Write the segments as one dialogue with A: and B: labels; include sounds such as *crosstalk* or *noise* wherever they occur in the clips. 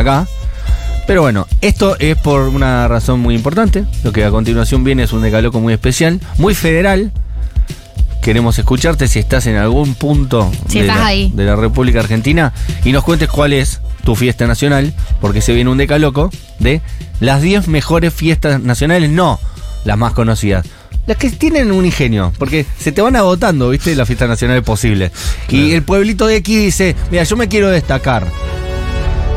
A: acá. Pero bueno, esto es por una razón muy importante. Lo que a continuación viene es un decaloco muy especial, muy federal. Queremos escucharte si estás en algún punto
B: Si
A: de,
B: estás
A: la,
B: ahí.
A: de la República Argentina y nos cuentes cuál es tu fiesta nacional, porque se viene un decaloco de las 10 mejores fiestas nacionales, no las más conocidas. Las que tienen un ingenio, porque se te van agotando, ¿viste? Las fiestas nacionales posibles. Y el pueblito de aquí dice, mira, yo me quiero destacar.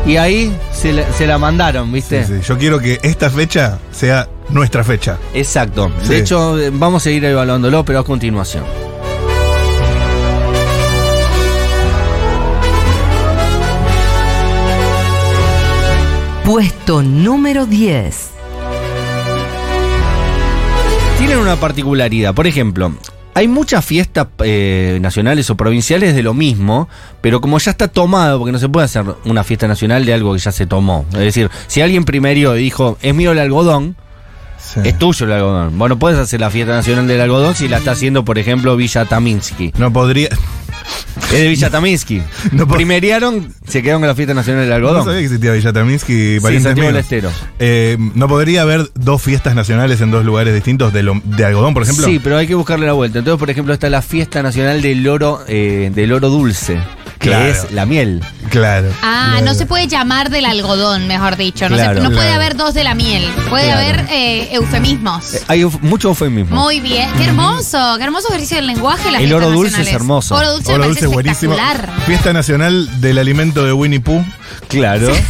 A: Y ahí se la, se la mandaron, ¿viste?
C: Sí, sí. Yo quiero que esta fecha sea nuestra fecha.
A: Exacto.
C: Sí.
A: De hecho, eh, vamos a seguir evaluándolo, pero a continuación.
D: Puesto número 10.
A: Tienen una particularidad. Por ejemplo, hay muchas fiestas eh, nacionales o provinciales de lo mismo, pero como ya está tomado, porque no se puede hacer una fiesta nacional de algo que ya se tomó. Es decir, si alguien primero dijo, es mío el algodón,
C: Sí.
A: es tuyo el algodón. Vos no podés hacer la fiesta nacional del algodón si la está haciendo, por ejemplo, Villa Taminsky.
C: No podría.
A: Es de Villa Taminsky.
C: No po-
A: Primerearon, se quedaron con la fiesta nacional del
C: No
A: algodón.
C: sabía que existía Villataminsky y
A: Sí,
C: parientes
A: Santiago del
C: míos.
A: Estero.
C: Eh, ¿No podría haber dos fiestas nacionales en dos lugares distintos de, lo- de algodón, por ejemplo?
A: Sí, pero hay que buscarle la vuelta. Entonces, por ejemplo, está la fiesta nacional del oro, eh, del oro dulce, que
C: Claro.
A: es la miel.
C: Claro.
B: Ah, no
C: Claro.
B: se puede llamar del algodón, mejor dicho. No, se-
A: Claro,
B: no puede
C: claro.
B: haber dos de la miel. Puede
A: Claro.
B: haber eh, eufemismos.
A: Eh, Hay uf- mucho eufemismo.
B: Muy bien. Qué hermoso. Qué hermoso ejercicio del lenguaje. Las
A: El oro
B: fiestas
A: dulce es
B: nacionales.
A: hermoso.
B: Oro dulce
C: Oro
B: me
C: dulce
B: parece
C: es buenísimo.
B: espectacular.
C: Fiesta nacional del alimento de Winnie Pooh.
A: Claro. *laughs*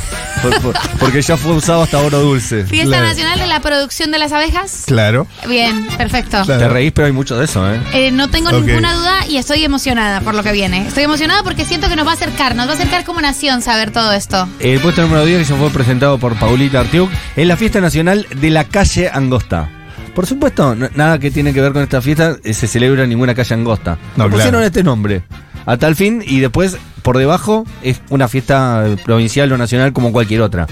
A: Por- por- porque ya fue usado hasta oro dulce.
B: Fiesta
C: Claro.
B: Nacional de la Producción de las Abejas.
C: Claro.
B: Bien, perfecto.
C: Claro.
A: Te reís, pero hay mucho de eso, ¿eh?
B: Eh, no tengo
C: Ok.
B: ninguna duda y estoy emocionada por lo que viene. Estoy emocionada porque siento que nos va a acercar, nos va a acercar como nación saber todo esto.
A: El puesto número 10 que ya fue presentado por Paulita Artiuk es la fiesta nacional de la calle Angosta. Por supuesto, n- nada que tiene que ver con esta fiesta eh, se celebra en ninguna calle Angosta.
C: No,
A: No,
C: claro.
A: pusieron este nombre. A tal fin, y después, por debajo, es una fiesta eh, provincial o nacional como cualquier otra.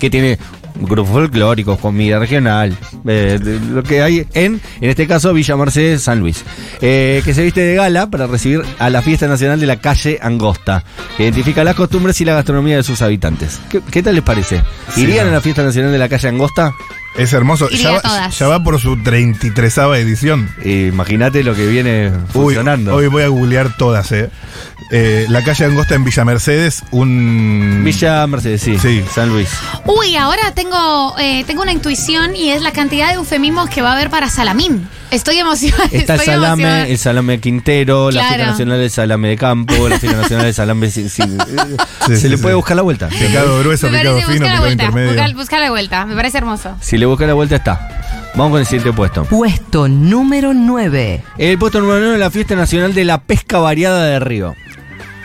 A: Que tiene grupos folclóricos, comida regional, eh, de- lo que hay en, en este caso, Villa Mercedes, San Luis. Eh, que se viste de gala para recibir a la fiesta nacional de la calle Angosta. Que identifica las costumbres y la gastronomía de sus habitantes. ¿Qué, qué tal les parece?
C: Sí,
A: ¿Irían
C: no.
A: a la fiesta nacional de la calle Angosta?
C: Es hermoso.
B: Iría
C: Ya
B: a
C: va,
B: todas.
C: ya va por su 33 edición.
A: Eh, Imagínate lo que viene
C: Uy,
A: funcionando.
C: hoy voy a googlear todas, eh. Eh, la calle Angosta en Villa Mercedes, un.
A: Villa Mercedes, sí,
C: Sí.
A: San Luis.
B: Uy, ahora tengo, eh, tengo una intuición y es la cantidad de eufemismos que va a haber para Salamín. Estoy emocionada. *laughs*
A: Está el
B: estoy
A: salame,
B: emocionada.
A: el salame Quintero, la fiesta
B: Claro.
A: nacional del salame de campo, la fiesta nacional del salame sin, sin-
C: *laughs* Sí,
A: Se
C: sí,
A: le
C: sí.
A: puede buscar la vuelta.
C: Picado grueso,
B: Me
C: picado
B: parece,
C: fino,
B: busca la
C: picado
B: vuelta,
C: intermedio.
B: busca, busca la vuelta, me parece hermoso.
A: Si le busca la vuelta está. Vamos con el siguiente puesto.
D: Puesto número 9.
A: El puesto número 9 es la fiesta nacional de la pesca variada de río.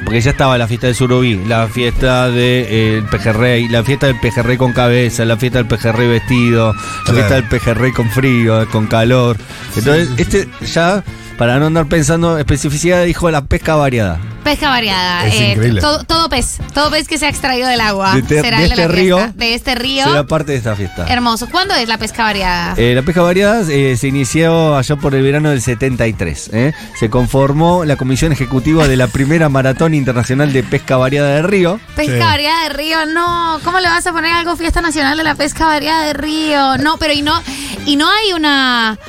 A: Porque ya estaba la fiesta de Surubí, la fiesta del de, eh, el pejerrey, la fiesta del pejerrey con cabeza, la fiesta del pejerrey vestido, la
C: Claro.
A: fiesta del pejerrey con frío, eh, con calor. Entonces, este ya, para no andar pensando especificidad, dijo la pesca variada.
B: Pesca variada. eh,
C: Es increíble.
B: Todo, todo pez, todo pez que se ha extraído del agua.
A: De te-
B: será
A: de
B: el la
A: este
B: fiesta,
A: río.
B: De este río.
A: Será parte de esta fiesta.
B: Hermoso. ¿Cuándo es la pesca variada?
A: Eh, la pesca variada eh, se inició allá por el verano del 73. ¿eh? Se conformó la comisión ejecutiva de la primera maratón internacional de pesca variada de Río.
B: pesca
C: sí.
B: variada de río, no. ¿Cómo le vas a poner algo fiesta nacional de la pesca variada de río? No, pero y no, y no hay una.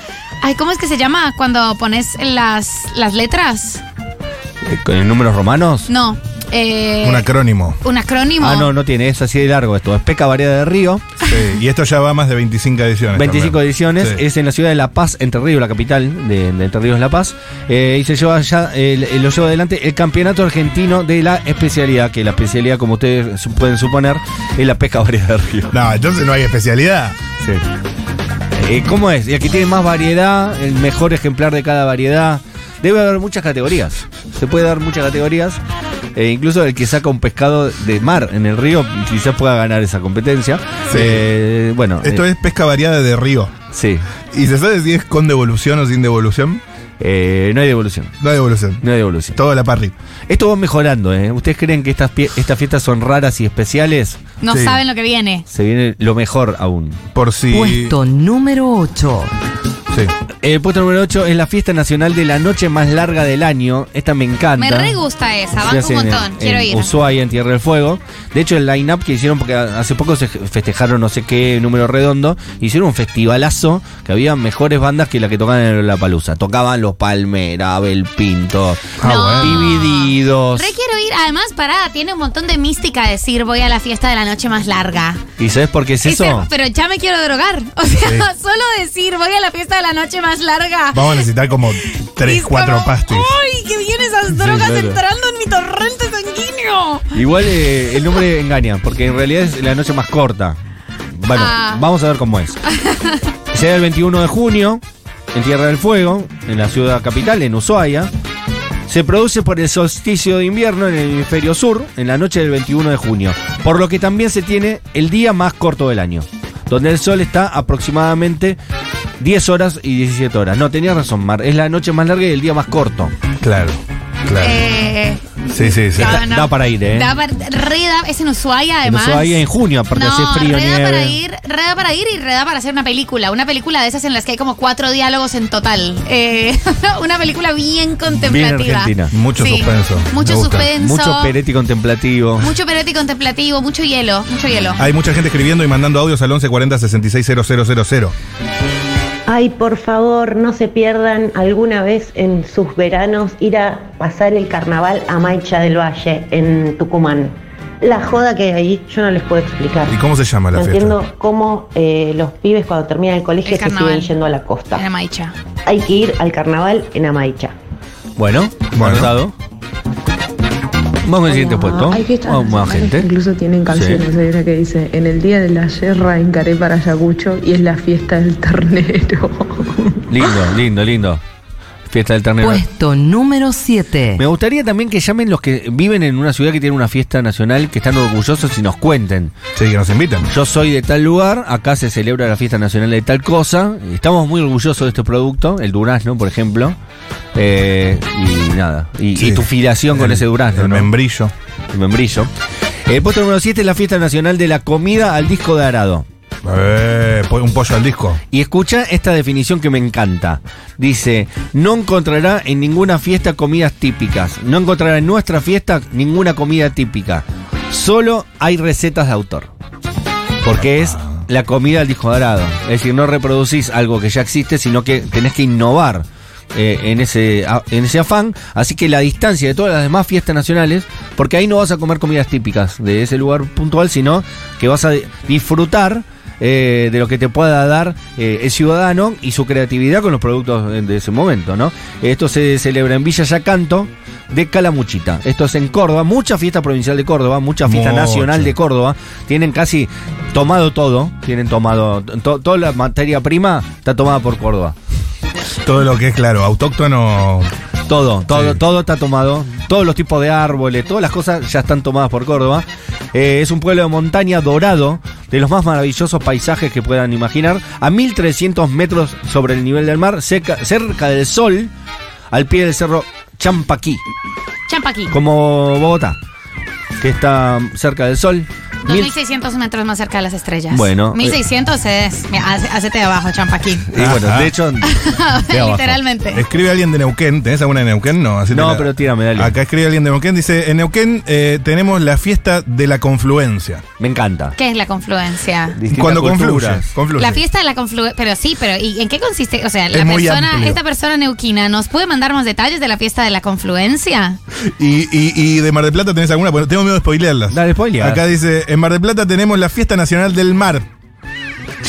B: Ay, ¿cómo es que se llama cuando pones las, las letras?
A: Eh, ¿Con en números romanos?
B: No. eh,
C: Un acrónimo.
B: un acrónimo.
A: Ah, no, no tiene, es así de largo esto. Es pesca variada de Río.
C: Sí, y esto ya va más de 25 ediciones.
A: 25
C: también.
A: ediciones,
C: Sí.
A: es en la ciudad de La Paz, Entre Ríos, la capital de, de Entre Ríos, La Paz. Eh, y se lleva ya, el- el- lo lleva adelante el campeonato argentino de la especialidad, que la especialidad, como ustedes su- pueden suponer, es la pesca variada de Río.
C: No, entonces no hay especialidad.
A: Sí. Eh, ¿Cómo es? El que tiene más variedad, el mejor ejemplar de cada variedad. Debe haber muchas categorías. Se puede dar muchas categorías. Eh, incluso el que saca un pescado de mar en el río quizás pueda ganar esa competencia.
C: Sí.
A: Eh, bueno,
C: Esto
A: eh,
C: es pesca variada de río.
A: Sí.
C: ¿Y se sabe si es con devolución o sin devolución?
A: Eh, no hay devolución.
C: No hay devolución.
A: No hay devolución.
C: Todo la parry.
A: Esto va mejorando, ¿eh? ¿Ustedes creen que estas, pie- estas fiestas son raras y especiales?
B: No
C: Sí.
B: saben lo que viene.
A: Se viene lo mejor aún.
C: Por si.
D: Puesto número 8.
C: Sí.
A: El Eh, puesto número 8 es la fiesta nacional de la noche más larga del año. Esta me encanta.
B: Me re gusta esa,
A: Se
B: banco
A: hace
B: un
A: en-
B: montón,
A: en
B: quiero ir.
A: Ushuaia, en Tierra del Fuego. De hecho, el line-up que hicieron, porque hace poco se festejaron no sé qué número redondo, hicieron un festivalazo que había mejores bandas que las que tocaban en La Palusa. Tocaban Los Palmera, Abel Pinto,
C: Ah,
B: No.
A: Divididos.
B: Re quiero ir, además, pará, tiene un montón de mística decir voy a la fiesta de la noche más larga.
A: ¿Y sabes por qué es eso?
B: Ese- pero ya me quiero drogar. *laughs* O sea, solo decir voy a la fiesta de la noche más larga.
C: Vamos a necesitar como
B: Y
C: 3,
B: es
C: 4
B: como,
C: pastes.
B: ¡Uy! Que vienen esas drogas
A: claro.
B: entrando en mi torrente sanguíneo.
A: Igual eh, el nombre engaña, porque en realidad es la noche más corta. Bueno,
B: Ah.
A: vamos a ver cómo
B: *laughs*
A: es. Será el 21 de junio, en Tierra del Fuego, en la ciudad capital, en Ushuaia. Se produce por el solsticio de invierno en el hemisferio sur, en la noche del 21 de junio. Por lo que también se tiene el día más corto del año, donde el sol está aproximadamente 10 horas y 17 horas. No, tenías razón, Mar. Es la noche más larga y el día más corto.
C: Claro, claro.
B: Eh,
C: sí, sí, sí.
B: ya. Ah,
A: Da-
B: no.
A: Da para ir, ¿eh?
B: da para- re da- es en Ushuaia,
A: En
B: además.
A: Ushuaia en junio, aparte hace
B: no,
A: frío,
B: reda
A: nieve.
B: para ir, reda para ir y reda para hacer una película. Una película de esas en las que hay como cuatro diálogos en total. Eh, *laughs* una película bien contemplativa.
A: argentina.
C: Mucho suspenso,
B: Mucho
C: me gusta.
B: suspenso.
A: Mucho Peretti contemplativo.
B: mucho Peretti contemplativo, mucho hielo, mucho hielo.
C: Hay mucha gente escribiendo y mandando audios al 1140 000.
E: Ay, por favor, no se pierdan alguna vez en sus veranos ir a pasar el carnaval a Maicha del Valle, en Tucumán. La joda que hay ahí, yo no les puedo explicar.
C: ¿Y cómo se llama la
E: No
C: fiesta?
E: entiendo cómo eh, los pibes cuando terminan el colegio
B: El
E: se
B: carnaval.
E: siguen yendo a la
B: Era
E: costa.
B: Maicha.
E: Hay que ir al carnaval en Amaicha.
A: Bueno,
C: Bueno.
A: anotado. Vamos al siguiente puesto.
F: Ah, Hay fiestas
A: Vamos más
F: nacionales que
A: gente.
F: Incluso tienen canciones.
A: Sí.
F: Hay una que dice: En el día de la yerra encaré para Ayacucho y es la fiesta del
A: *laughs*
F: ternero.
A: Lindo, lindo, lindo. Fiesta del ternero.
D: Puesto número 7.
A: Me gustaría también que llamen los que viven en una ciudad que tiene una fiesta nacional, que están orgullosos y nos cuenten.
C: Sí, que nos invitan.
A: Yo soy de tal lugar, acá se celebra la fiesta nacional de tal cosa. Estamos muy orgullosos de este producto, el durazno, por ejemplo. Eh, y nada. Y,
C: Sí.
A: y tu filación con
C: El-
A: ese durazno.
C: El
A: ¿no?
C: membrillo.
A: el membrillo. El puesto número 7 es la fiesta nacional de la comida al disco de arado.
C: Eh, po- un pollo al disco.
A: Y escucha esta definición que me encanta. Dice, no encontrará en ninguna fiesta comidas típicas. No encontrará en nuestra fiesta ninguna comida típica. Solo hay recetas de autor. Porque es la comida al disco de arado. Es decir, no reproducís algo que ya existe, sino que tenés que innovar. eh, en, ese, a- en ese afán, así que la distancia de todas las demás fiestas nacionales, porque ahí no vas a comer comidas típicas de ese lugar puntual, sino que vas a di- disfrutar eh, de lo que te pueda dar eh, el ciudadano y su creatividad con los productos eh, de ese momento, ¿no? Esto se celebra en Villa Yacanto de Calamuchita. Esto es en Córdoba, mucha fiesta provincial de Córdoba, mucha fiesta
C: Mucho.
A: nacional de Córdoba. Tienen casi tomado todo, tienen tomado to- toda la materia prima está tomada por Córdoba.
C: Todo lo que es, claro, autóctono.
A: Todo, todo,
C: Sí.
A: todo está tomado. Todos los tipos de árboles, todas las cosas ya están tomadas por Córdoba. Eh, es un pueblo de montaña dorado, de los más maravillosos paisajes que puedan imaginar. A 1300 metros sobre el nivel del mar, cerca, cerca del sol, al pie del cerro Champaquí,
B: Champaquí.
A: como Bogotá, que está cerca del sol. Mil-
B: 2600 metros más cerca de las estrellas.
A: Bueno, eh.
B: 1600 es. Mira, hace- hacete de abajo, Champaquí.
A: y bueno,
C: Ajá.
A: de
C: *laughs*
A: hecho, de abajo.
B: Literalmente.
C: Escribe alguien de Neuquén. ¿Tenés alguna de Neuquén? No, así te
A: No,
C: la-
A: pero tírame, dale.
C: Acá escribe alguien de Neuquén. Dice: En Neuquén eh, tenemos la fiesta de la confluencia.
A: me encanta.
B: ¿Qué es la confluencia?
A: Distintas
C: Cuando confluye,
A: culturas.
C: confluye.
B: La fiesta de la confluencia. Pero sí, pero ¿y en qué consiste? O sea, la
C: Es muy
B: persona,
C: amplio.
B: esta persona neuquina, ¿nos puede mandar más detalles de la fiesta de la confluencia?
C: Y, y- y de Mar del Plata tenés alguna, Bueno, tengo miedo de spoilearlas.
A: Dale, spoilear.
C: Acá dice, en Mar del Plata tenemos la Fiesta Nacional del Mar.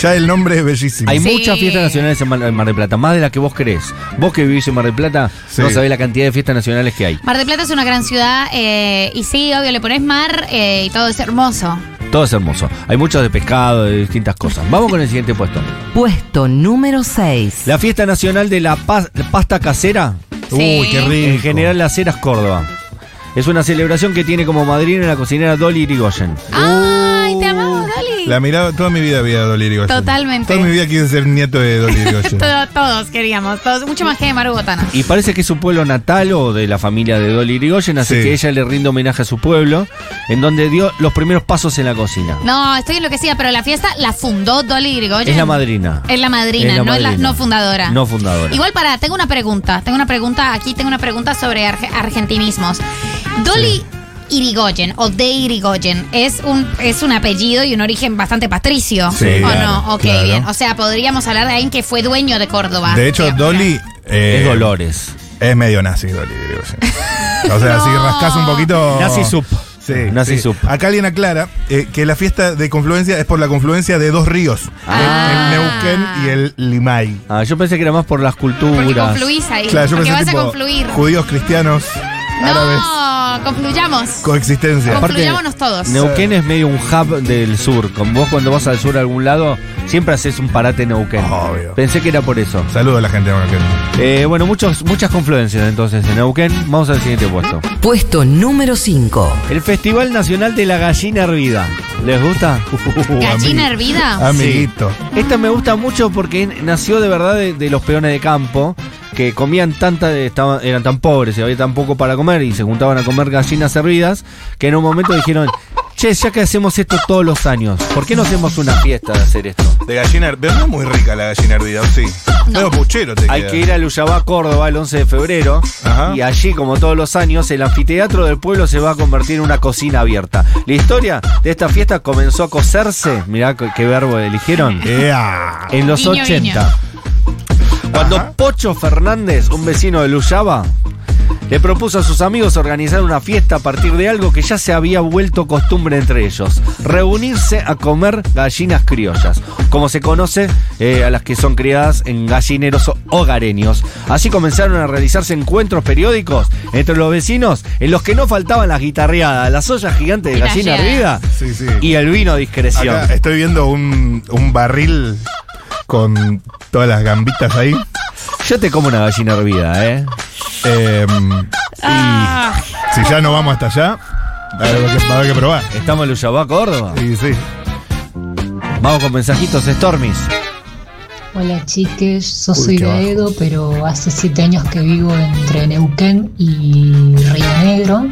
C: Ya el nombre es bellísimo.
A: Hay
B: Sí.
A: muchas fiestas nacionales en Mar, en Mar del Plata, más de las que vos querés. Vos que vivís en Mar del Plata,
C: Sí.
A: no sabés la cantidad de fiestas nacionales que hay.
B: Mar del Plata es una gran ciudad eh, y sí, obvio, le pones mar eh, y todo es hermoso.
A: Todo es hermoso. Hay muchos de pescado, de distintas cosas. Vamos con el siguiente puesto.
D: Puesto número 6.
A: La fiesta nacional de la pas- pasta casera,
C: Uy, qué
B: Sí.
C: rico.
A: en General Las Heras, Córdoba. Es una celebración que tiene como madrina la cocinera Dolly Irigoyen.
B: ¡Ay, te amamos, Dolly!
C: Oh, La miraba, toda mi vida había Dolirigo.
B: Totalmente.
C: Toda mi vida quise ser nieto de Dolirigo.
B: *laughs* Todo- todos queríamos, todos, mucho más que de Maru Botana.
A: Y parece que es su pueblo natal o de la familia de Dolly Irigoyen, así
C: Sí.
A: que ella le rinde homenaje a su pueblo, en donde dio los primeros pasos en la cocina.
B: No, estoy enloquecida, pero la fiesta la fundó Dolly Grigoyen.
A: Es la madrina.
B: Es la madrina,
A: Es la
B: no es la
A: madrina.
B: no fundadora.
A: No fundadora.
B: Igual para, tengo una pregunta, tengo una pregunta, aquí tengo una pregunta sobre arge- argentinismos. Dolly Irigoyen o de Irigoyen es un es un apellido y un origen bastante patricio.
C: Sí,
B: ¿O
C: claro,
B: no? Ok,
C: claro.
B: bien. O sea, podríamos hablar de alguien que fue dueño de Córdoba.
C: De hecho,
B: Digamos,
C: Dolly. eh,
A: es Dolores.
C: Es medio nazi, Dolly Irigoyen. O
B: *laughs*
C: sea,
B: No.
C: si rascas un poquito.
A: Nazi sup.
C: Sí,
A: Nazi
C: sí.
A: sup.
C: Acá alguien aclara eh, que la fiesta de confluencia es por la confluencia de dos ríos:
B: Ah.
C: el, el Neuquén y el Limay.
A: Ah, yo pensé que era más por las
B: Porque
A: culturas.
B: confluís ahí.
C: Claro, yo
B: porque
C: pensé
B: vas
C: tipo,
B: a confluir.
C: judíos, cristianos, árabes,
B: No, confluyamos.
C: coexistencia.
B: Conflu- Confluyámonos todos.
A: Neuquén es medio un hub del sur. Con vos cuando vas al sur a algún lado, siempre haces un parate en Neuquén.
C: Obvio.
A: Pensé que era por eso.
C: Saludos a la gente de Neuquén.
A: Eh, bueno, muchos, muchas confluencias entonces en Neuquén. Vamos al siguiente puesto.
D: Puesto número 5.
A: El Festival Nacional de la Gallina Hervida. ¿Les gusta?
B: Gallina hervida.
C: Ah, Amiguito.
A: Esta me gusta mucho porque nació de verdad de, de los peones de campo que comían tanta, estaban, eran tan pobres y había tan poco para comer y se juntaban a comer gallinas hervidas que en un momento dijeron, che, ya que hacemos esto todos los años, ¿por qué no hacemos una fiesta de hacer esto?
C: De gallina. her- Pero no es muy rica la gallina hervida, ¿o sí. Medio puchero te
A: Hay
C: queda.
A: que ir a Luyabá, Córdoba, el 11 de febrero.
C: Ajá.
A: Y allí, como todos los años, el anfiteatro del pueblo se va a convertir en una cocina abierta. La historia de esta fiesta comenzó a cocerse. Mirá qué qué verbo
C: Eh,
A: eligieron.
C: Ea.
A: En los
B: Guiño,
A: 80. Cuando
C: Ajá.
A: Pocho Fernández, un vecino de Luyaba, le propuso a sus amigos organizar una fiesta a partir de algo que ya se había vuelto costumbre entre ellos: reunirse a comer gallinas criollas, como se conoce eh, a las que son criadas en gallineros hogareños. Así comenzaron a realizarse encuentros periódicos entre los vecinos, en los que no faltaban las guitarreadas, las ollas gigantes de
B: Y las
A: gallina hervida
B: llenas.
C: Sí, sí.
A: y el vino a discreción.
C: Acá estoy viendo un, un barril con todas las gambitas ahí.
A: Yo te como una gallina hervida, ¿eh?
C: Em,
B: Ah.
C: Si ya no vamos hasta allá, va a haber que, va a haber que probar.
A: Estamos en Luyabá, Córdoba.
C: Sí, sí.
A: Vamos con mensajitos Stormis.
G: Hola chiques, yo
C: Uy,
G: soy
C: qué bajo.
G: de Edo, pero hace siete años que vivo entre Neuquén y Río Negro.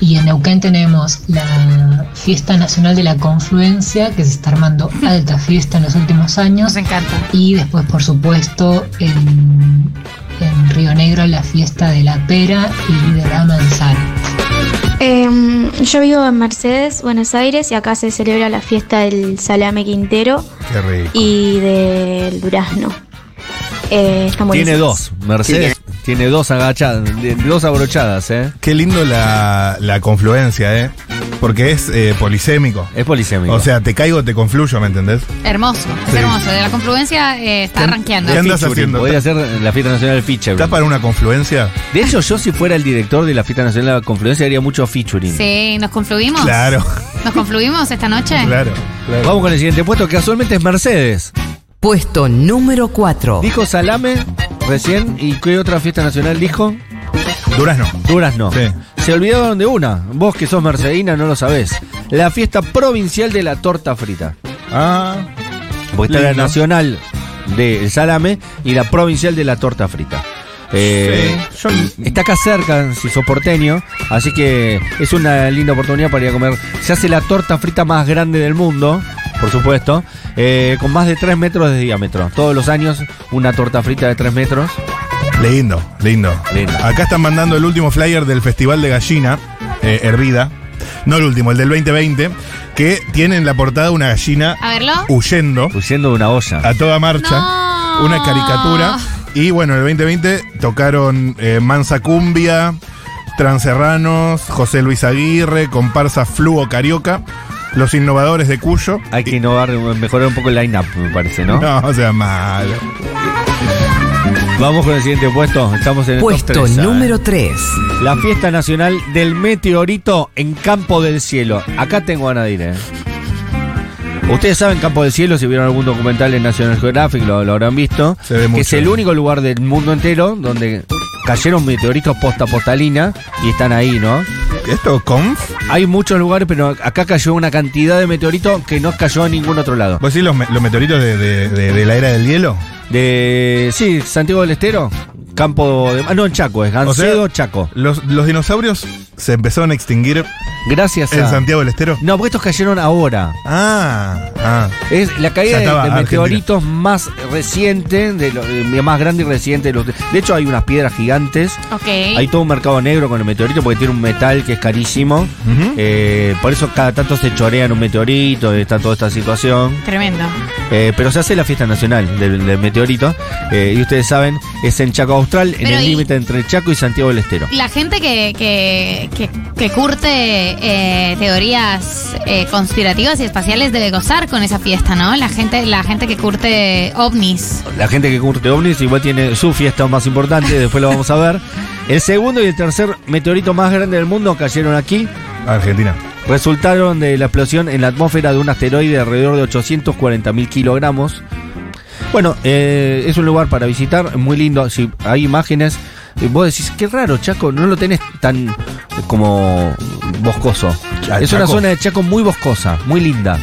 G: Y en Neuquén tenemos la Fiesta Nacional de la Confluencia, que se está armando alta fiesta en los últimos años.
B: Nos encanta.
G: Y después, por supuesto, en, en Río Negro la Fiesta de la Pera y de la Manzana.
H: Em, yo vivo en Mercedes, Buenos Aires, y acá se celebra la fiesta del salame quintero
C: Qué rico.
H: y del durazno. Eh, están
A: Tiene
H: buenísimas.
A: dos. Mercedes tiene dos agachadas, de- dos abrochadas, ¿eh?
C: Qué lindo la, la confluencia, ¿eh? Porque es eh, polisémico.
A: Es polisémico.
C: O sea, te caigo, te confluyo, ¿me entendés?
B: Hermoso, es
C: Sí.
B: hermoso. De la confluencia eh, está
C: Ten-
B: rankeando.
C: ¿Qué
A: Featuring.
C: andas haciendo?
A: Podría ser la fiesta nacional del feature.
C: ¿Estás para una confluencia?
A: De hecho, yo si fuera el director de la fiesta nacional de la confluencia haría mucho featuring.
B: Sí, ¿nos confluimos?
C: Claro,
B: ¿Nos confluimos esta noche?
C: claro, claro.
A: Vamos con el siguiente puesto que casualmente es Mercedes.
D: Puesto número 4.
A: Dijo Salame recién y qué otra fiesta nacional dijo?
C: Durazno.
A: Durazno.
C: Sí.
A: Se olvidaron de una. Vos que sos mercedina no lo sabés. La fiesta provincial de la torta frita.
C: Ah,
A: Porque está la
C: Lindo.
A: nacional del salame y la provincial de la torta frita. Eh,
C: Sí, yo-
A: Está acá cerca, si sos porteño, así que es una linda oportunidad para ir a comer. Se hace la torta frita más grande del mundo, por supuesto, eh, con más de 3 metros de diámetro. Todos los años una torta frita de 3 metros.
C: lindo, lindo,
A: Lindo.
C: Acá están mandando el último flyer del Festival de Gallina eh, Hervida. No el último, el del 2020. Que tiene en la portada una gallina
B: A verlo.
C: Uh. huyendo
A: Huyendo de una olla.
C: a toda marcha.
B: No.
C: una caricatura. Y bueno, en el 2020 tocaron eh, Mansa Cumbia, Transerranos, José Luis Aguirre, comparsa Fluo Carioca, Los Innovadores de Cuyo.
A: Hay que innovar, mejorar un poco el line-up, me parece, ¿no?
C: No, o sea, malo.
A: Vamos con el siguiente puesto. Estamos en el top
D: Puesto
A: tres, ¿eh?
D: número 3.
A: La fiesta nacional del meteorito en Campo del Cielo. Acá tengo ganas de ir, ¿eh? Ustedes saben Campo del Cielo, si vieron algún documental en National Geographic, lo, lo habrán visto.
C: Se ve
A: que
C: mucho.
A: es el único lugar del mundo entero donde cayeron meteoritos posta postalina y están ahí, ¿no?
C: ¿Esto conf?
A: hay muchos lugares, pero acá cayó una cantidad de meteoritos que no cayó en ningún otro lado.
C: ¿Vos decís los, me- los meteoritos de, de- de- de la era del hielo?
A: De, sí, Santiago del Estero, Campo de... Ah, no, en Chaco, es
C: O sea,
A: Gancedo, Chaco.
C: Los, los dinosaurios se empezaron a extinguir
A: Gracias
C: en
A: a...
C: Santiago del Estero.
A: No, porque estos cayeron ahora.
C: Ah, ah.
A: Es la caída
C: Ya
A: de,
C: estaba
A: de
C: Argentina.
A: meteoritos más reciente, de, lo- de más grande y reciente. De, los, de hecho, hay unas piedras gigantes.
B: Ok.
A: Hay todo un mercado negro con el meteorito porque tiene un metal que es carísimo.
C: Ujú.
A: Eh, por eso cada tanto se chorean un meteorito, está toda esta situación.
B: Tremendo.
A: Eh, pero se hace la fiesta nacional del, del meteorito. Eh, y ustedes saben, es en Chaco Austral, en
B: Pero
A: el
B: y-
A: límite entre Chaco y Santiago del Estero.
B: La gente que, que, que, que curte eh, teorías eh, conspirativas y espaciales debe gozar con esa fiesta, ¿no? La gente, la gente que curte ovnis.
A: La gente que curte ovnis igual tiene su fiesta más importante, *laughs* después lo vamos a ver. El segundo y el tercer meteorito más grande del mundo cayeron aquí.
C: Argentina.
A: Resultaron de la explosión en la atmósfera de un asteroide de alrededor de 840 mil kilogramos. Bueno, eh, es un lugar para visitar, muy lindo. Si hay imágenes, eh, vos decís, qué raro, Chaco, no lo tenés tan eh, como boscoso.
C: Ah,
A: Es una
C: Chaco.
A: zona de Chaco muy boscosa, muy linda.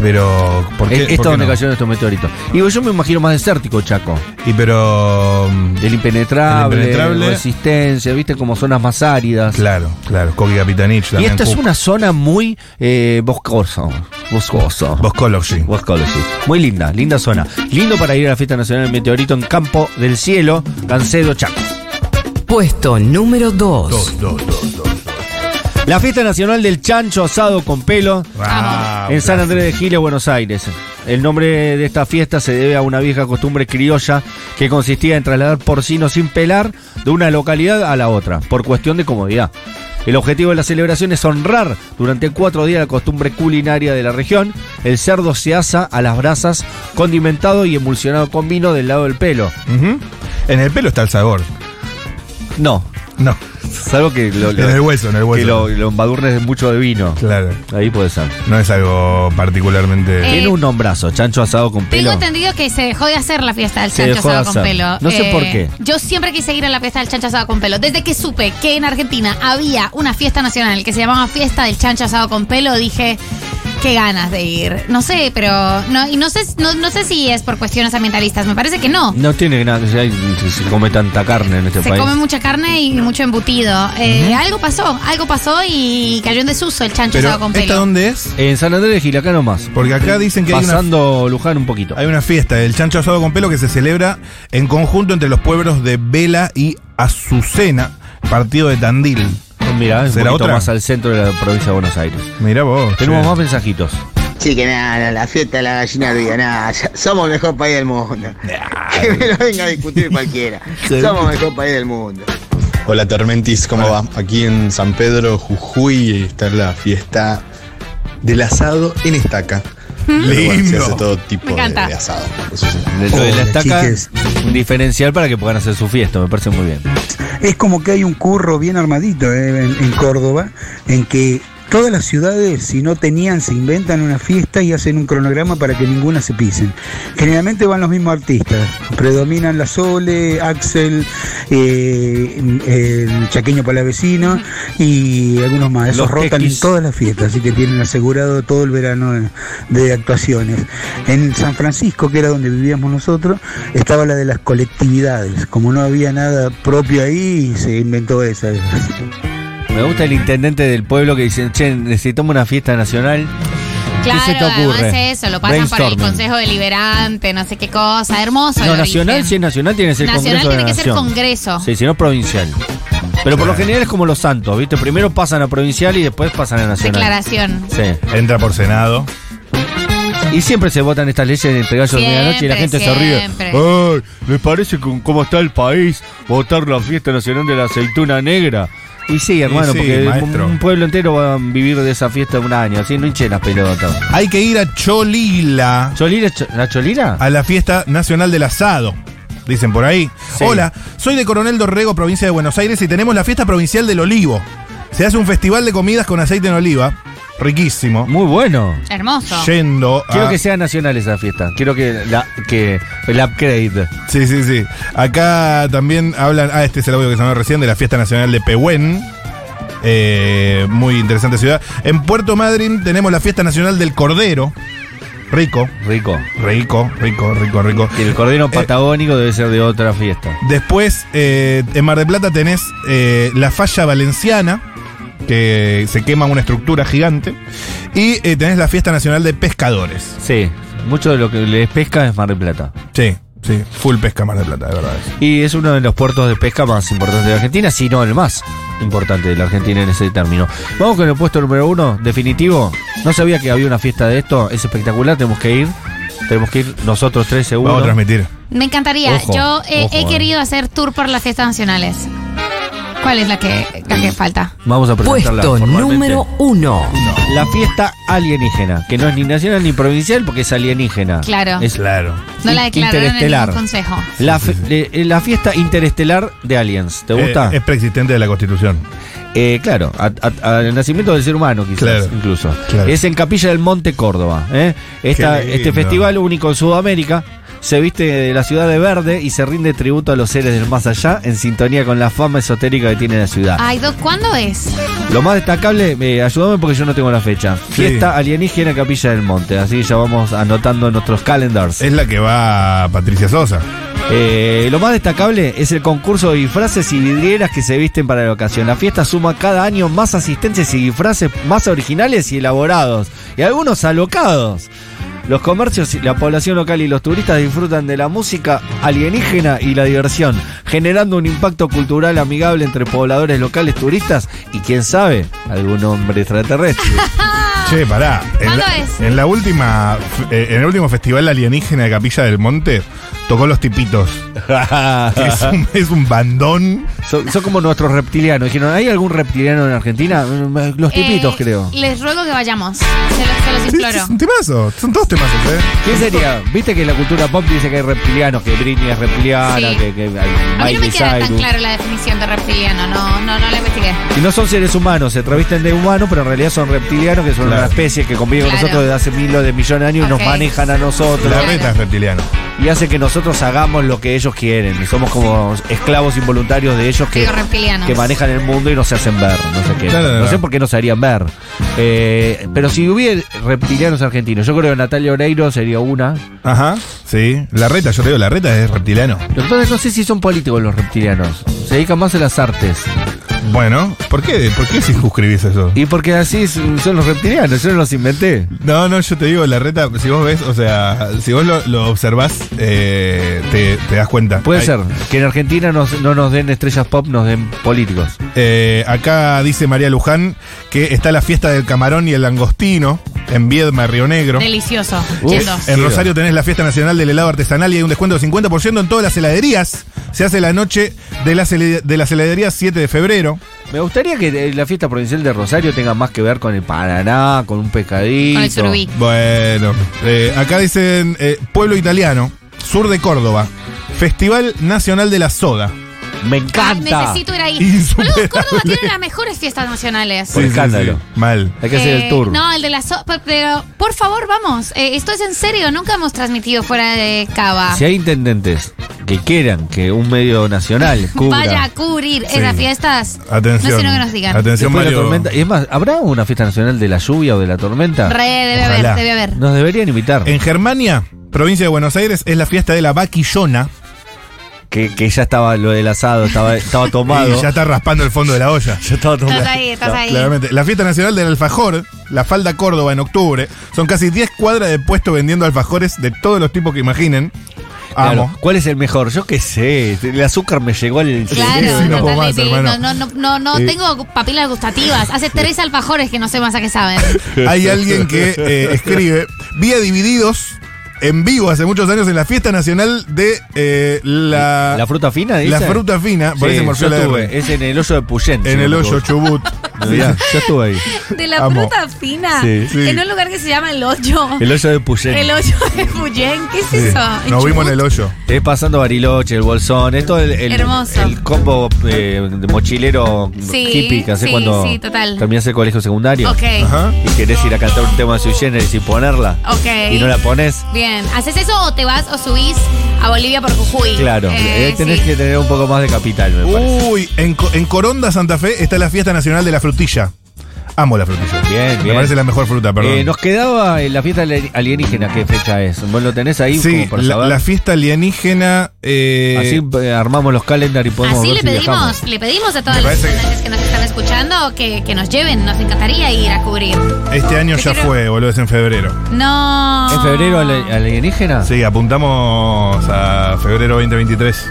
C: Pero, ¿por qué?
A: Es- Esta
C: por qué
A: Eh, donde
C: no?
A: cayeron estos meteoritos. Y yo me imagino más desértico, Chaco.
C: Y pero. mm,
A: El impenetrable,
C: El impenetrable.
A: resistencia, viste, como zonas más áridas.
C: Claro, claro. Coqui Capitanich
A: y
C: también.
A: esta es
C: Cuc-
A: una zona muy eh, boscoso. Boscoso.
C: Boscology.
A: Boscology. Muy linda, linda zona. Lindo para ir a la fiesta nacional del meteorito en Campo del Cielo, Cancedo, Chaco.
D: Puesto número 2.
C: dos, dos, dos.
A: La fiesta nacional del chancho asado con pelo
C: Ah,
A: en San Andrés de Giles, Buenos Aires. El nombre de esta fiesta se debe a una vieja costumbre criolla que consistía en trasladar porcino sin pelar de una localidad a la otra, por cuestión de comodidad. El objetivo de la celebración es honrar durante cuatro días la costumbre culinaria de la región. El cerdo se asa a las brasas, condimentado y emulsionado con vino del lado del pelo.
C: Ujú. En el pelo está el sabor.
A: No,
C: No.
A: salvo que lo, lo-
C: En el hueso, en el
A: que lo,
C: hueso.
A: lo embadurnes mucho de vino.
C: Claro.
A: Ahí puede ser.
C: No es algo particularmente.
B: Eh,
A: Tiene un nombrazo, chancho asado con
B: Tengo
A: pelo.
B: entendido que se dejó de hacer la fiesta del
A: Se
B: chancho
A: dejó de
B: asado con
A: hacer.
B: pelo. Eh,
A: No sé por qué.
B: Yo siempre quise ir a la fiesta del chancho asado con pelo. Desde que supe que en Argentina había una fiesta nacional que se llamaba Fiesta del Chancho Asado con Pelo, dije, qué ganas de ir. No sé, pero. No, y no sé, no, no sé si es por cuestiones ambientalistas. Me parece que no.
A: No tiene nada que se, se come tanta carne en este
B: Se
A: país.
B: come mucha carne y mucho embutido. Eh, Algo pasó, algo pasó y cayó en desuso el chancho
C: Pero,
B: asado con
C: ¿esta
B: pelo.
C: dónde es?
A: En San Andrés de Gil, acá nomás.
C: Porque acá dicen que hay una
A: Pasando Luján un poquito.
C: Hay una fiesta del chancho asado con pelo que se celebra en conjunto entre los pueblos de Vela y Azucena, partido de Tandil.
A: Mira, es un
C: ¿Será
A: poquito
C: otra?
A: más al centro de la provincia de Buenos Aires.
C: Mirá vos.
A: Tenemos
C: che.
A: más mensajitos.
I: Sí, que nada, la fiesta de la gallina
A: Ah.
I: ría, nada, ya- somos el mejor país del mundo. *laughs* Que me lo venga a discutir cualquiera. Somos el mejor país del mundo.
J: Hola Tormentis, ¿cómo va? Aquí en San Pedro, Jujuy, está la fiesta del asado en estaca. Pero bueno, se
C: Lindo.
J: hace todo tipo
B: ¿Mm? Me
J: de,
B: encanta.
J: de asado. Eso sí.
A: Dentro de la
K: Hola,
A: estaca,
K: chiques.
A: un diferencial para que puedan hacer su fiesta, me parece muy bien.
K: Es como que hay un curro bien armadito eh, en, en Córdoba, en que todas las ciudades, si no tenían, se inventan una fiesta y hacen un cronograma para que ninguna se pisen. Generalmente van los mismos artistas, predominan la Sole, Axel, eh, el Chaqueño Palavecino y algunos más. Esos
A: Los
K: rotan
A: quequis.
K: en todas las fiestas, así que tienen asegurado todo el verano de, de actuaciones. En San Francisco, que era donde vivíamos nosotros, estaba la de las colectividades. Como no había nada propio ahí, se inventó esa.
A: Me gusta el intendente del pueblo que dice, che, necesitamos una fiesta nacional.
B: Claro,
A: ¿Qué se te ocurre?
B: además eso, lo pasan por el
A: Brainstorming.
B: Consejo Deliberante, no sé qué cosa, hermoso. el
A: No,
B: origen.
A: nacional, si es nacional, tiene que ser
B: Nacional
A: Congreso de
B: tiene
A: la
B: que ser
A: Nación.
B: Congreso.
A: Sí, si no provincial. Pero por lo general es como los santos, ¿viste? Primero pasan a provincial y después pasan a nacional.
B: Declaración.
A: Sí.
C: Entra por Senado.
A: Y siempre se votan estas leyes entre gallos de
B: Siempre,
A: medianoche y la gente se
B: siempre.
A: ríe. Ay, ¿Les parece con cómo está el país votar la fiesta nacional de la aceituna negra? Y sí, hermano,
C: sí,
A: porque un-
C: maestro.
A: un pueblo entero va a vivir de esa fiesta un año, así no hinchen las pelotas.
C: Hay que ir a Cholila
A: ¿Cholila? cho- ¿La cholila?
C: a la fiesta nacional del asado. Dicen por ahí.
A: Sí.
C: Hola, soy de Coronel Dorrego, provincia de Buenos Aires, y tenemos la fiesta provincial del olivo. Se hace un festival de comidas con aceite en oliva. Riquísimo.
A: Muy bueno.
B: Hermoso.
C: Yendo a...
A: Quiero Ah. que sea nacional esa fiesta. Quiero que la que el upgrade.
C: Sí, sí, sí. Acá también hablan. Ah, este es el audio que sonó recién de la Fiesta Nacional de Pehuen. Eh, muy interesante ciudad. En Puerto Madryn tenemos la fiesta nacional del Cordero. Rico.
A: Rico.
C: Rico, rico, rico, rico.
A: Y el cordero patagónico debe ser de otra fiesta.
C: Después, eh, en Mar del Plata tenés eh, la falla valenciana, que se quema una estructura gigante. Y eh, tenés la fiesta nacional de pescadores.
A: Sí, mucho de lo que les pesca es Mar del Plata.
C: Sí, sí, full pesca Mar del Plata, de verdad.
A: Y es uno de los puertos de pesca más importantes de la Argentina, si no el más importante de la Argentina en ese término. Vamos con el puesto número uno, definitivo. No sabía que había una fiesta de esto, es espectacular, tenemos que ir. Tenemos que ir nosotros tres seguro.
C: Vamos a transmitir.
B: Me encantaría.
A: Ojo,
B: Yo eh,
A: ojo,
B: he
A: eh.
B: querido hacer tour por las fiestas nacionales. ¿Cuál es la que, la que falta?
A: Vamos a presentarla
D: Puesto
A: formalmente.
D: número uno.
A: La fiesta alienígena, que no es ni nacional ni provincial porque es alienígena.
B: Claro.
A: Es
C: Claro.
B: No la declararon en
A: interestelar.
B: el consejo.
A: La, fe- le- eh, la fiesta interestelar de aliens. ¿Te gusta?
C: Eh, es preexistente de la Constitución.
A: Eh, claro, a- a- al nacimiento del ser humano, quizás,
C: Claro,
A: incluso.
C: claro.
A: Es en Capilla del Monte, Córdoba. ¿eh? Esta-
C: Qué lindo.
A: este festival único en Sudamérica se viste de la ciudad de verde y se rinde tributo a los seres del más allá en sintonía con la fama esotérica que tiene la ciudad.
B: Ay, Doc, ¿cuándo es?
A: Lo más destacable, eh, ayúdame porque yo no tengo la fecha. Fiesta alienígena en Capilla del Monte. Así que ya vamos anotando nuestros calendars.
C: Es la que va Patricia Sosa.
A: Eh, lo más destacable es el concurso de disfraces y vidrieras que se visten para la ocasión. La fiesta suma cada año más asistencias y disfraces más originales y elaborados, y algunos alocados. Los comercios, y la población local y los turistas disfrutan de la música alienígena y la diversión, generando un impacto cultural amigable entre pobladores locales, turistas y quién sabe, algún hombre extraterrestre.
C: Che, pará. En
B: Ah. ¿Cuándo
C: la,
B: es?
C: en la última, eh, en el último festival alienígena de Capilla del Monte, tocó los *laughs* tipitos. Es un, es un bandón.
A: *laughs* son, son como nuestros reptilianos. Dijeron, ¿hay algún reptiliano en Argentina? Los tipitos,
B: Eh,
A: creo.
B: Les ruego que vayamos. Se los, se los
A: *laughs*
C: Es
B: imploro.
C: un temazo. Son todos temazos, ¿eh?
A: ¿Qué sería? Viste que la cultura pop dice que hay reptilianos, que Britney es reptiliana,
B: Sí.
A: que, que
B: A mí no me
A: Miley
B: queda tan
A: Cyrus.
B: clara la definición de reptiliano. No, no, no la investigué.
A: Y no son seres humanos, se travisten de humanos, pero en realidad son reptilianos, que son
C: Claro.
A: una especie que convive con
B: Claro.
A: nosotros desde hace miles de millones de años y
B: Ok.
A: nos manejan a nosotros.
C: La reta es reptiliano.
A: Y hace que nosotros hagamos lo que ellos quieren. Y somos como esclavos involuntarios de ellos que,
B: Digo reptilianos.
A: que manejan el mundo y nos hacen ver. No sé, qué.
C: Claro,
A: no
C: claro.
A: sé por qué nos harían ver. Eh, pero si hubiera reptilianos argentinos, yo creo que Natalia Oreiro sería una.
C: Ajá. Sí. La reta, yo te digo, la reta es reptiliano.
A: Lo que pasa es que no sé si son políticos los reptilianos. Se dedican más a las artes.
C: Bueno, ¿por qué? ¿Por qué circunscribís eso?
A: Y porque así es- son los reptilianos, yo no los inventé.
C: No, no, yo te digo, la reta, si vos ves, o sea, si vos lo, lo observás, eh, te, te das cuenta.
A: Puede
C: Hay-
A: ser que en Argentina nos- no nos den estrellas pop, nos den políticos.
C: Eh, acá dice María Luján que está la fiesta del camarón y el langostino en Viedma, Río Negro.
B: Delicioso.
A: Uf.
B: Yendo.
C: En Rosario tenés la fiesta nacional del helado artesanal y hay un descuento del 50% en todas las heladerías. Se hace la noche de las, hel- de las heladerías 7 de febrero.
A: Me gustaría que eh, la fiesta provincial de Rosario tenga más que ver con el Paraná, con un pescadito.
B: Con el surubí.
C: Bueno, eh, acá dicen eh, Pueblo Italiano, sur de Córdoba, Festival Nacional de la Soda.
A: Me
B: Ay,
A: encanta.
B: necesito ir
A: *laughs*
B: ahí. Boludo,
C: Insuperable.
B: Córdoba tiene las mejores fiestas nacionales.
A: Por escándalo.
C: Mal.
A: Hay que hacer
B: Eh,
A: el tour.
B: No, el de la so- pe- pero por favor, vamos. Eh, esto es en serio, nunca hemos transmitido fuera de Cava.
A: Si hay intendentes que quieran que un medio
B: *laughs*
A: nacional cubra.
B: Vaya a cubrir
C: Sí.
B: esas fiestas.
C: Atención.
B: No sé lo que nos digan.
C: Atención,
A: después de la
C: Mario.
A: tormenta. Y es más, ¿habrá una fiesta nacional de la lluvia o de la tormenta?
B: Re, debe
C: Ojalá.
B: haber, debe haber.
A: Nos deberían invitar.
C: En Germania, provincia de Buenos Aires, es la fiesta de la vaquillona.
A: que, que ya estaba lo del asado, estaba, estaba tomado.
C: *laughs* Y ya está raspando el fondo de la olla.
A: *laughs* Ya estaba tomado.
B: Estás ahí, estás ahí.
C: Claramente. La fiesta nacional del alfajor, la falda Córdoba en octubre. Son casi 10 cuadras de puesto vendiendo alfajores de todos los tipos que imaginen.
A: Claro,
C: Amo.
A: ¿Cuál es el mejor? Yo qué sé. El azúcar me llegó al
B: Claro,
C: Sí, sí, no puedo
B: totalmente.
C: más, hermano.
B: no, no, no, no, no
C: Eh.
B: tengo papilas gustativas. Hace tres alfajores que no sé más a qué
C: *laughs*
B: saben.
C: Hay alguien que eh, escribe vía divididos en vivo hace muchos años en la fiesta nacional de eh, la,
A: ¿La fruta fina?
C: la
A: Dice?
C: fruta fina. Por
A: Sí,
C: ahí se morfió
A: yo
C: la
A: estuve.
C: R.
A: Es en el hoyo de Puyén.
C: En el
A: *laughs*
C: hoyo Chubut.
A: Mirá, yo estuve ahí.
B: De la
C: Amo.
B: fruta fina.
A: Sí,
C: sí.
B: En un lugar que se llama El Hoyo.
A: El hoyo de Puyén.
B: El Hoyo de Fuyen. ¿Qué es
C: Sí,
B: eso?
C: Nos vimos
B: Chubut?
C: en el hoyo.
A: Es pasando Bariloche, el Bolsón. Esto es el, el,
B: Hermoso.
A: el combo eh, de mochilero
B: Sí,
A: hippie que hace
B: sí,
A: cuando
B: sí, total.
A: terminás el colegio secundario.
B: Ok,
C: Ajá.
A: Y querés ir a cantar un tema de sui generis y ponerla.
B: ok.
A: Y no la pones.
B: Bien, ¿haces eso o te vas o subís a Bolivia por Jujuy?
A: Claro.
B: Eh,
A: Eh, tenés
B: sí.
C: Uh,
A: que tener un poco más de capital, me parece.
C: Uy, en, Co- en Coronda, Santa Fe, está la fiesta nacional de la frutilla. Amo la frutilla.
A: Bien,
C: Me
A: bien.
C: parece la mejor fruta, perdón.
A: Eh, nos quedaba eh, la fiesta ali- alienígena, ¿qué fecha es? ¿Vos lo tenés ahí
C: sí,
A: como para
C: la,
A: saber?
C: la fiesta alienígena. eh,
A: Así eh, armamos los calendar y podemos
B: Así
A: ver
B: le
A: si viajamos.
B: pedimos, le pedimos a todas
C: Me
B: las
C: parece que-
B: estudiantes que nos están escuchando que, que nos lleven, nos encantaría ir a cubrir.
C: Este año
B: Yo
C: ya
B: quiero-
C: fue, boludo, es en febrero.
B: No.
A: ¿En febrero ali- alienígena?
C: Sí, apuntamos a febrero 2023.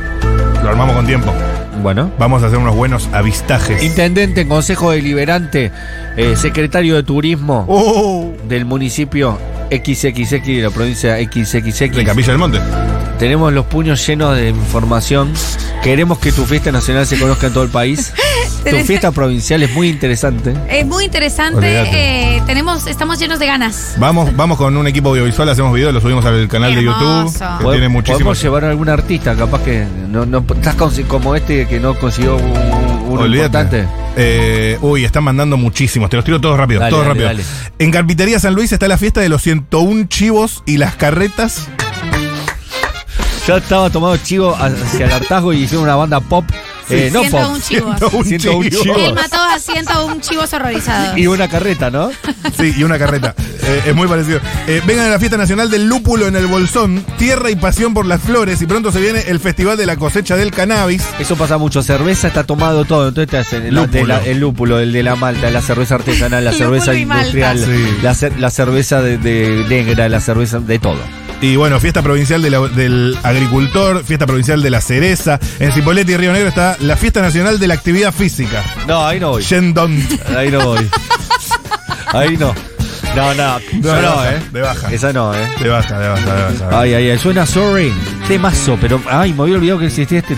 C: Lo armamos con tiempo.
A: Bueno.
C: Vamos a hacer unos buenos avistajes.
A: Intendente, Consejo Deliberante, eh, Secretario de Turismo del municipio XXX de la provincia XXX.
C: De Capilla del Monte.
A: Tenemos los puños llenos de información. Queremos que tu fiesta nacional se conozca en todo el país. tu
B: Tenés-
A: fiesta provincial es muy interesante.
B: Es muy interesante.
C: Olvídate.
B: eh, tenemos, estamos llenos de ganas.
C: Vamos, vamos con un equipo audiovisual, hacemos videos, lo subimos al canal de
B: Hermoso.
C: YouTube. Que
A: Pod-
C: tiene muchísimos.
A: Podemos llevar a algún artista, capaz que no, no- estás consi- como este que no consiguió un, un
C: Olvídate.
A: importante.
C: Eh, uy, están mandando muchísimos. Te los tiro todos rápido.
A: Dale,
C: todos
A: dale, dale.
C: rápido. En Carpintería San Luis está la fiesta de los 101 chivos y las carretas.
A: Yo estaba tomado chivo hacia el hartazgo y hicieron una banda pop. eh, *laughs* no pop.
B: 101 chivos.
A: 101 chivos.
B: Él mató a 101 chivos horrorizados.
A: Y una carreta, ¿no?
C: Sí, y una carreta. Eh, es muy parecido. Eh, vengan a la fiesta nacional del lúpulo en el Bolsón, tierra y pasión por las flores. Y pronto se viene el Festival de la Cosecha del Cannabis.
A: Eso pasa mucho. Cerveza está tomado todo. Entonces te hacen el,
C: Lúpulo.
A: de la- el lúpulo, el de la malta, la cerveza
B: *laughs*
A: artesanal, la
B: Lúpulo
A: cerveza
B: y malta.
A: industrial,
C: Sí.
A: la, cer- la cerveza de, de negra, la cerveza de todo.
C: Y bueno, fiesta provincial de la- del agricultor, fiesta provincial de la cereza. En Cipolletti y Río Negro está la fiesta nacional de la actividad física.
A: No, ahí no voy.
C: Shendon.
A: Ahí no voy. Ahí no. No, no.
C: De
A: Yo no,
C: baja,
A: ¿eh?
C: de baja.
A: Esa no, ¿eh?
C: De baja, de baja, de baja.
A: Ay, ay, ay. Suena sorry. Temazo, pero. Ay, me había olvidado que existía este